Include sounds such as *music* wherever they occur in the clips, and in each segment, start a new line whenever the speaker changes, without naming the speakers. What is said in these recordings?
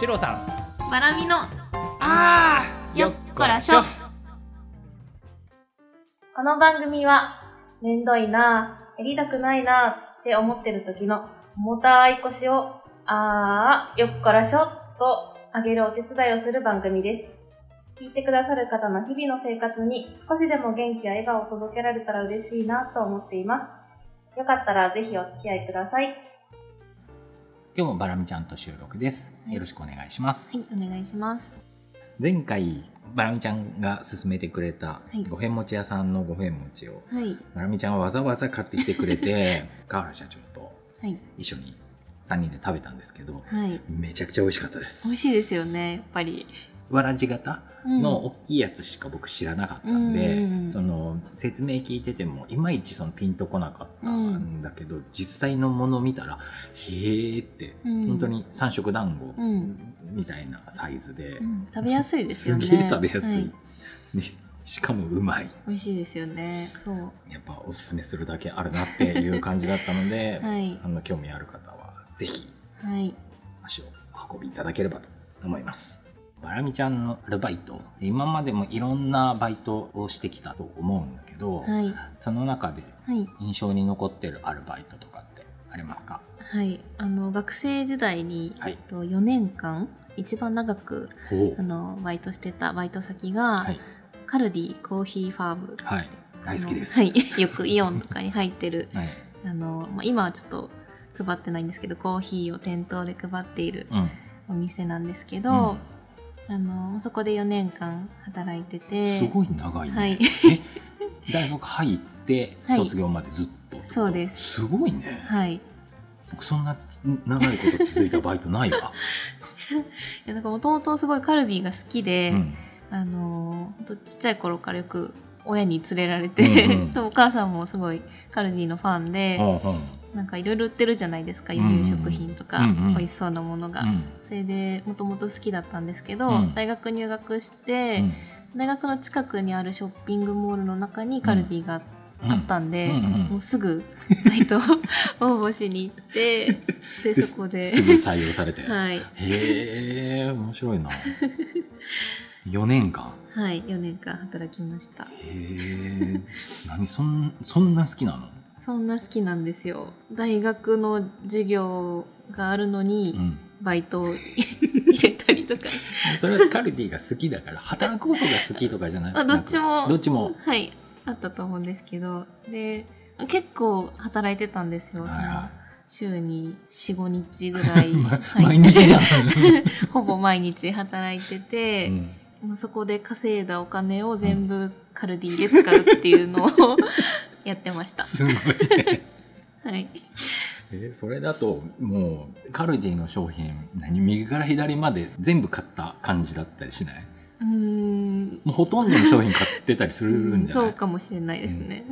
シローさん
バラミの
あー
よっこらしょこの番組は、めんどいなぁ、やりたくないなぁって思ってる時の重たい腰を、あー、よっこらしょと上げるお手伝いをする番組です。聞いてくださる方の日々の生活に少しでも元気や笑顔を届けられたら嬉しいなと思っています。よかったらぜひお付き合いください。はい、
今日もバラミちゃんと収録ですよろしくお願いします、
お願いします。
前回バラミちゃんが勧めてくれた
い
五円餅屋さんの五円餅を
はい、
バラミちゃんはわざわざ買ってきてくれて河原社長と
はい、
一緒に3人で食べたんですけど
はい。
めちゃくちゃ美味しかったです
ですよね、やっぱり。
わらじ型の大きいやつしか僕知らなかったんで、
うんうんうん
その説明聞いててもいまいちそのピンとこなかったんだけど、実際のもの見たらへーって、
うん
本当に三色団子
うん
みたいなサイズで、
うん、食べやすいですよね。
げえ食べやすい、
はい
ねしかもうまい
美味しいですよね。そう。
やっぱおすすめするだけあるなっていう感じだったので、
*laughs* はい
あの興味ある方はぜひ
はい。
足をお運びいただければと思います。バラミちゃんのアルバイト今までもいろんなバイトをしてきたと思うんだけど、
はい。
その中で
はい。
印象に残ってるアルバイトとかってありますか
はい。あの、学生時代に、
はい
えっと、4年間、一番長く、
お
あの、バイトしてたバイト先が、
はい、
カルディコーヒーファーム。
はい、大好きです。は
あ
い
のはい。 *laughs* よくイオンとかに入ってる、あの、まあ、今はちょっと配ってないんですけど、コーヒーを店頭で配っている
うん
お店なんですけど、
うん
あの、そこで4年間働いてて、
すごい長いね、
はい
え大学入って
はい
卒業までずっと、
そうです
すごいね、
はい。
僕そんな長いこと続いたバイトない
*laughs*
わ、
いやなんかもともとすごいカルディが好きで、
うん
あのーほんとちっちゃい頃からよく親に連れられて、
うんうん
*laughs* でもお母さんもすごいカルディのファンで、
うんうん
なんかいろいろ売ってるじゃないですか
うん
輸
うん
入食品とか、
うんうん
美味しそうなものが、
うん
それでもともと好きだったんですけど、
うん
大学入学し
う
て、
ん
大学の近くにあるショッピングモールの中にカルディが
うん
あったんで、
うんうん
もうすぐバ
*laughs*
イトを応募しに行ってでそこ
*laughs*
です
ぐ採用されて、
はい
へえ面白い *laughs* な4年間
はい4年間働きました
へえ何そんそんな好きなの、
そんな好きなんですよ。大学の授業があるの
う
に、
ん、
バイトを *laughs* 入れたりとか。
それはカルディが好きだから働くことが好きとかじゃない
あどっちも
どっちも
はい。あったと思うんですけど。で、結構働いてたんですよ。その
はいはい
週に4、5日ぐらい。
ま
はい
*laughs* 毎日 *laughs* じゃん、
*laughs* ほぼ毎日働いてて、
うん
まあそこで稼いだお金を全部カルディで使うっていう
*laughs*
のをやってました。
すごいね
はい。
えーそれだともうカルディの商品何右から左まで全部買った感じだったりしないう
ーん。
もうほとんどの商品買ってたりするんじゃ
そ
な
う
い
かもしれないですね。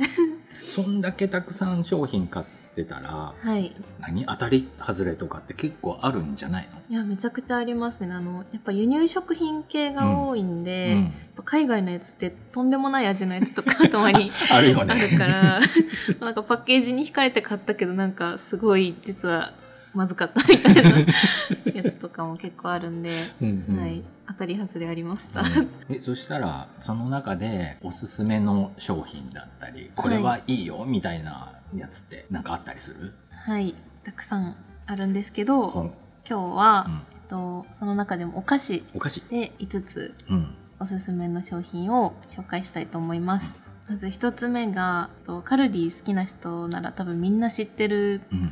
そんだけたくさん商品買ってたら
はい。
何当たり外れとかって結構あるんじゃないの
いやめちゃくちゃありますねあのやっぱ輸入食品系が多いんで、
う
や
ん
っぱ海外のやつってとんでもない味のやつとかたまに
*laughs* あるよ
あ
ね。
るから *laughs* なんかパッケージに惹かれて買ったけどなんかすごい実はまずかったみたいなやつとかも結構あるんで、
うんうん
はい、当たり外れありました、 *laughs*
えそしたらその中でおすすめの商品だったりこれはいいよみたいなやつってなんかあったりする、
はいたくさんあるんですけど、
うん
今日は
う、ん
えっと、その中でもお菓子
お菓子、
で5つ
うん
おすすめの商品を紹介したいと思います。まず一つ目がとカルディ好きな人なら多分みんな知ってる *laughs*
うんうん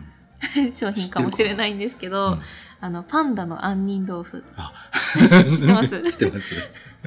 商品かもしれないんですけど、あのパンダの杏仁豆腐、
あ
*laughs* 知ってます
*laughs* 知って
*laughs*
ます、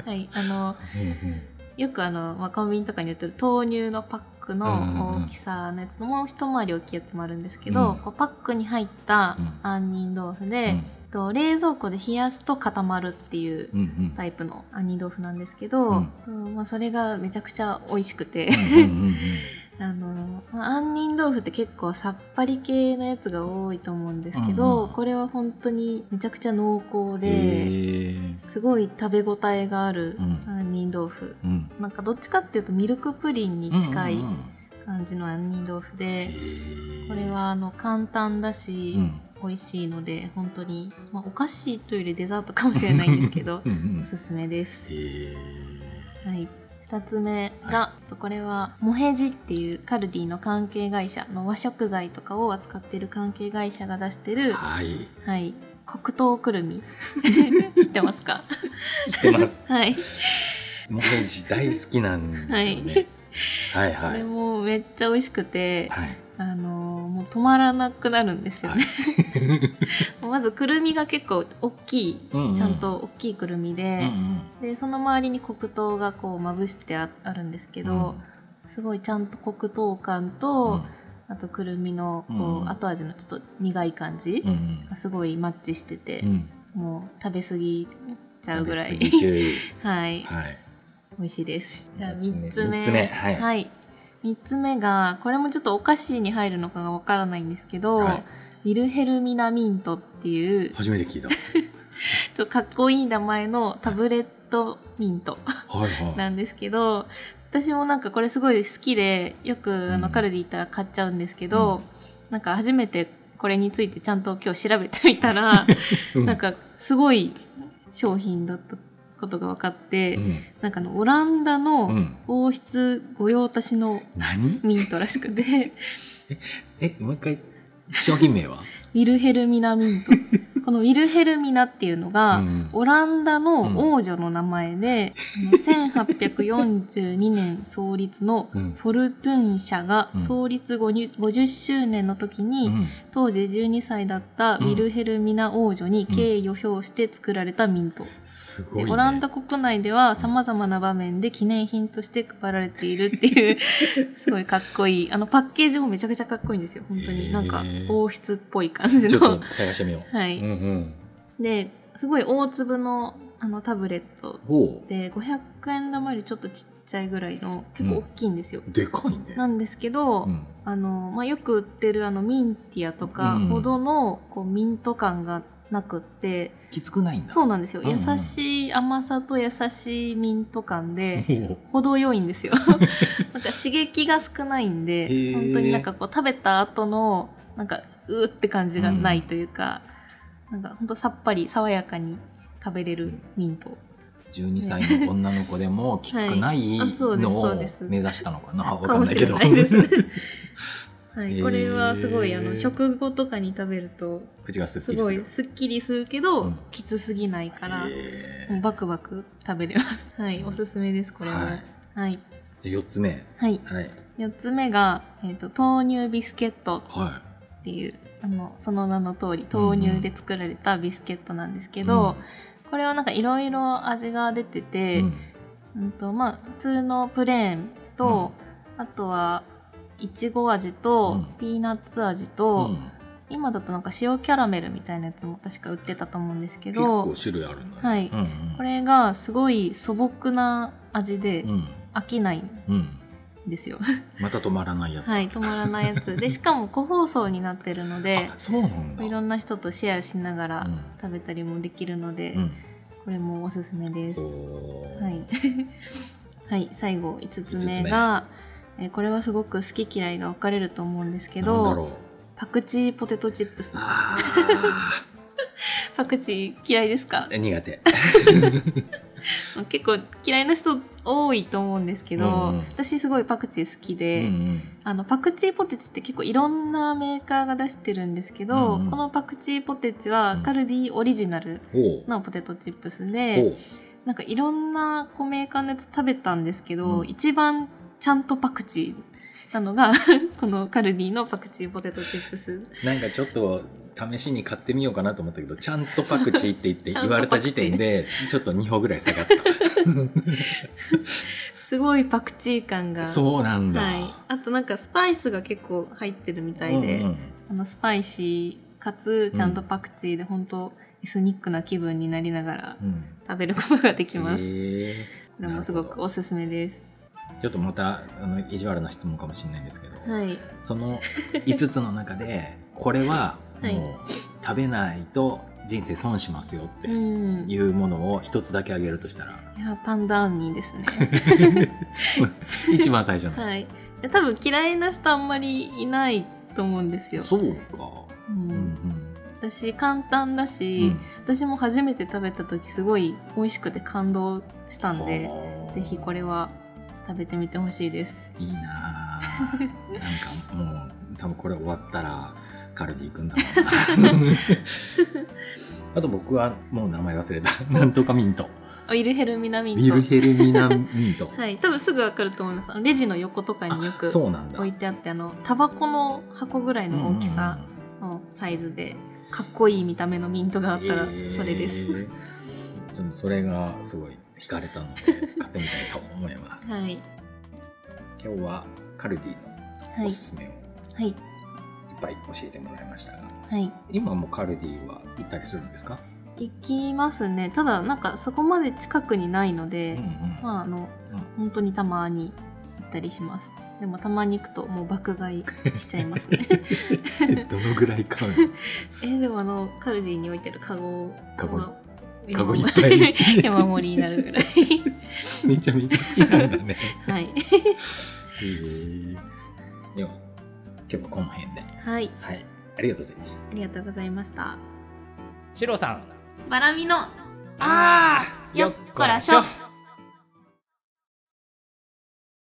はい、あの
うんうん
よくあの、まあ、コンビニとかに売ってる豆乳のパック
うんうんう
の
ん
大きさのやつのもう一回り大きいやつもあるんですけ
う
ど、
ん
こうパックに入った
うん
杏仁豆腐
う
で、
ん
と冷蔵庫で冷やすと固まるっていう
うんうん
タイプの杏仁豆腐なんですけど、
うん
うんまあ、それがめちゃくちゃ美味しくて、
うんうんうんうん
*laughs* あのまあ杏仁豆腐って結構さっぱり系のやつが多いと思うんですけど、
うんうん
これは本当にめちゃくちゃ濃厚
へ
で
ー
すごい食べ応えがある
うん
杏仁豆腐、
うん
なんかどっちかっていうとミルクプリンに近い
うんうんうん
感じの杏仁豆腐で、
へー
これはあの簡単だし、
うん
美味しいので本当に、まあ、お菓子というよりデザートかもしれないんです
*laughs*
けど
うんうん
おすすめです
え。
はい、2つ目が、とこれはモヘジっていうカルディの関係会社の和食材とかを扱っている関係会社が出して
ー
る、
はい
はい、黒糖く
*laughs*
るみ知ってますか
知ってます
はい、
もへじ大好きなんですよね、はい、
こ
はい
れ
はい
もめっちゃ美味しくて、
はい
あのーもう止まらなくなるんですよね、 *laughs* まずくるみが結構大きい
うんうん
ちゃんと大きいくるみ
うん
で
う,、ん
でその周りに黒糖がこうまぶしてああるんですけど、すごいちゃんと黒糖感
うん
と、あとくるみのこう、
うん
後味のちょっと苦い感じ
うんうん
がすごいマッチしてて、
うん
もう食べ過ぎちゃうぐらい
食べ過ぎ注意
*laughs* はい、
はい
美味しいですじゃあ
三
3
つ
つ
目
目
三つ目はい
はい、3つ目がこれもちょっとお菓子に入るのかがわからないんですけど、
はい
ウィルヘルミナミントっていうちょ
初めて聞いた
っとかっこいい名前のタブレットミント
はいはい
なんですけど私もなんかこれすごい好きでよくあ
う
の
ん
カルディ行ったら買っちゃうんですけど、なんか初めてこれについてちゃんと今日調べてみたら
うん
なんかすごい商品だったことが分かって、
うん
なんかあのオランダ
う
の
ん
王室御用達の
何
ミントらしく
*laughs*
て
えもう一回商品名は
ウィルヘルミナミントこのウィルヘルミナっていうのが、
うん
オランダの王女の名前で、あの1842年創立の
うん
フォルトゥン社が
うん
創立50 50周年の時に、
うん
当時12歳だったウィルヘルミナ王女に敬意を表して作られたミント、
すごい
で
ね
オランダ国内ではさまざまな場面で記念品として配られているっていう
*laughs*
すごいかっこいいあのパッケージもめちゃくちゃかっこいいんですよ本当
へ
に
ー
なんか王室っぽい感じ
ちょ
の
っ。と探してみよう
*laughs* は
う
い
んうん
ですごい大粒のあのタブレット
ほう
で500円玉よりちょっとちっちゃいぐらいの結構大きいんですよ、
でかいね
なんですけど、
うん
あのまあ、よく売ってるあのミンティアとか
うん
ほどのこうミント感がなくって、
きつくないんだ
そうなんですよ
うんうん
優しい甘さと優しいミント感で
ほ
程よいん
*laughs*
ですよなんか刺激が少ないん
へ
で
ー
本当になんかこう食べた後のなんかうーって感じがないというか、なんか本当さっぱり爽やかに食べれるミント、
う12歳の女の子でもきつくない
はいあそうで
の
すそ
を
うです
目指したのかなわ
か
かん
も
な
し
いけ
れ
ど
ないですね *laughs* は
へ
い、
ー
これはすごいあの食後とかに食べると
*laughs* 口がすっき
す
り
ご
す
い
る
すっきりするけど、
うん
きつすぎないから、
へ
もう
ー
バクバク食べれます。はい、おすすめです、これは。
は
はいい。はい。
じゃあ4つ目はい
4つ目が、えっ、と、豆乳ビスケット
は
っていう、あの、その名の通り、豆乳で作られたビスケットなんですけど、これはなんかいろいろ味が出て
い
て、
う
うん、
ん
と、まあ、普通のプレーンと、あとは、いちご味と、
うん
ピーナッツ味
う
と、
ん
今だとなんか塩キャラメルみたいなやつも確か売ってたと思うんですけ
結
ど、
構種類あるんだね
はい
うんうん
これがすごい素朴な味で
うん
飽きないん
うん
ですよ。
また止まらないやつ
*laughs* はい、止まらないやつでしかも個包装になってるので
あそうなんだ
い
な
ろ
ん
な人とシェアしながら
うん
食べたりもできるので、
うん
これもおすすめです。
おー
はい *laughs* はい、最後5つ目がえーこれはすごく好き嫌いが分かれると思うんですけ
なんだろ
ど
う
パクチーポテトチップス *laughs*
あ
パクチー嫌いですか
ー苦手
結構嫌いな人多いと思うんですけど、
うんうん
私すごいパクチー好き
う
で、
ん
あのパクチーポテチって結構いろんなメーカーが出してるんですけど、
うんうん
このパクチーポテチ
う
は
ん
カルディオリジナル
うんおう
のポテトチップス
お
で、
う
なんかいろんなこうメーカーのやつ食べたんですけど、
うん
一番ちゃんとパクチーなのが *laughs* このカルディのパクチーポテトチップス
なんかちょっと試しに買ってみようかなと思ったけどちゃんとパクチーって言
*laughs*
って言われた時点でちょっと2歩ぐらい下がっ
すごいパクチー感
た
が
そうなんだ、
はい、あとなんかスパイスが結構入ってるみたいで、
うんうん
あのスパイシーかつちゃんとパクチーで本当エスニックな気分になりながら
うん
食べることができます、
へー
これもす
な
ご
る
く
ほ
おすすめです
どちょっとまたあの意地悪な質問かもしれないんですけど、
はい
その5つの中
*laughs*
でこれは
はい
もう食べないと人生損しますよって
うん
い
いう
ものを1つだけあげるとしたら
やパンダンニーですね
一番最初の、
*laughs* はいで多分嫌いな人あんまりいないと思うんですよ、
そうか
う、
うんうんん
だし簡単だ
う
し、
ん
私も初めて食べた時すごい美味しくて感動したんで、
ほう
ぜひこれは食べてみてほしいです
いい *laughs* なあなんかもう多分これ終わったらカルディ行くんだろう *laughs* なあと僕はもう名前忘れたなんとかミント
あウィルヘルミナミント
ビルヘルミナミント、
はい、多分すぐわかると思いますあのレジの横とかによ
あ
く
そうなんだ
置いてあってあのタバコの箱ぐらいの大きさのサイズでかっこいい見た目のミントがあ
だ
ったらそれです、
でもそれがすごい惹かれたので買ってみたいと思います、
はい
今日はカルディの
は
お
い
すすめをいっ
はい
ぱい教えてもらいましたが、
はい
今もカルディは行ったりするんですか、
行きますねただなんかそこまで近くにないので、
うんうん
まああの
うん
本当にたまに行ったりしますでもたまに行くともう爆買いしちゃいますね
*laughs* どのぐらい買う
えでもあのカルディに置いてるカゴ
カゴ
が
カゴいっぱ
*laughs*
い
山盛りになるぐらい
*laughs* めちゃめちゃ好きなんだね。
はい
へえでは今日はこの辺で。
はい
はい、ありがとうございました。
ありがとうございました
シロさん。
バラミの
ああ
よっこらしょ。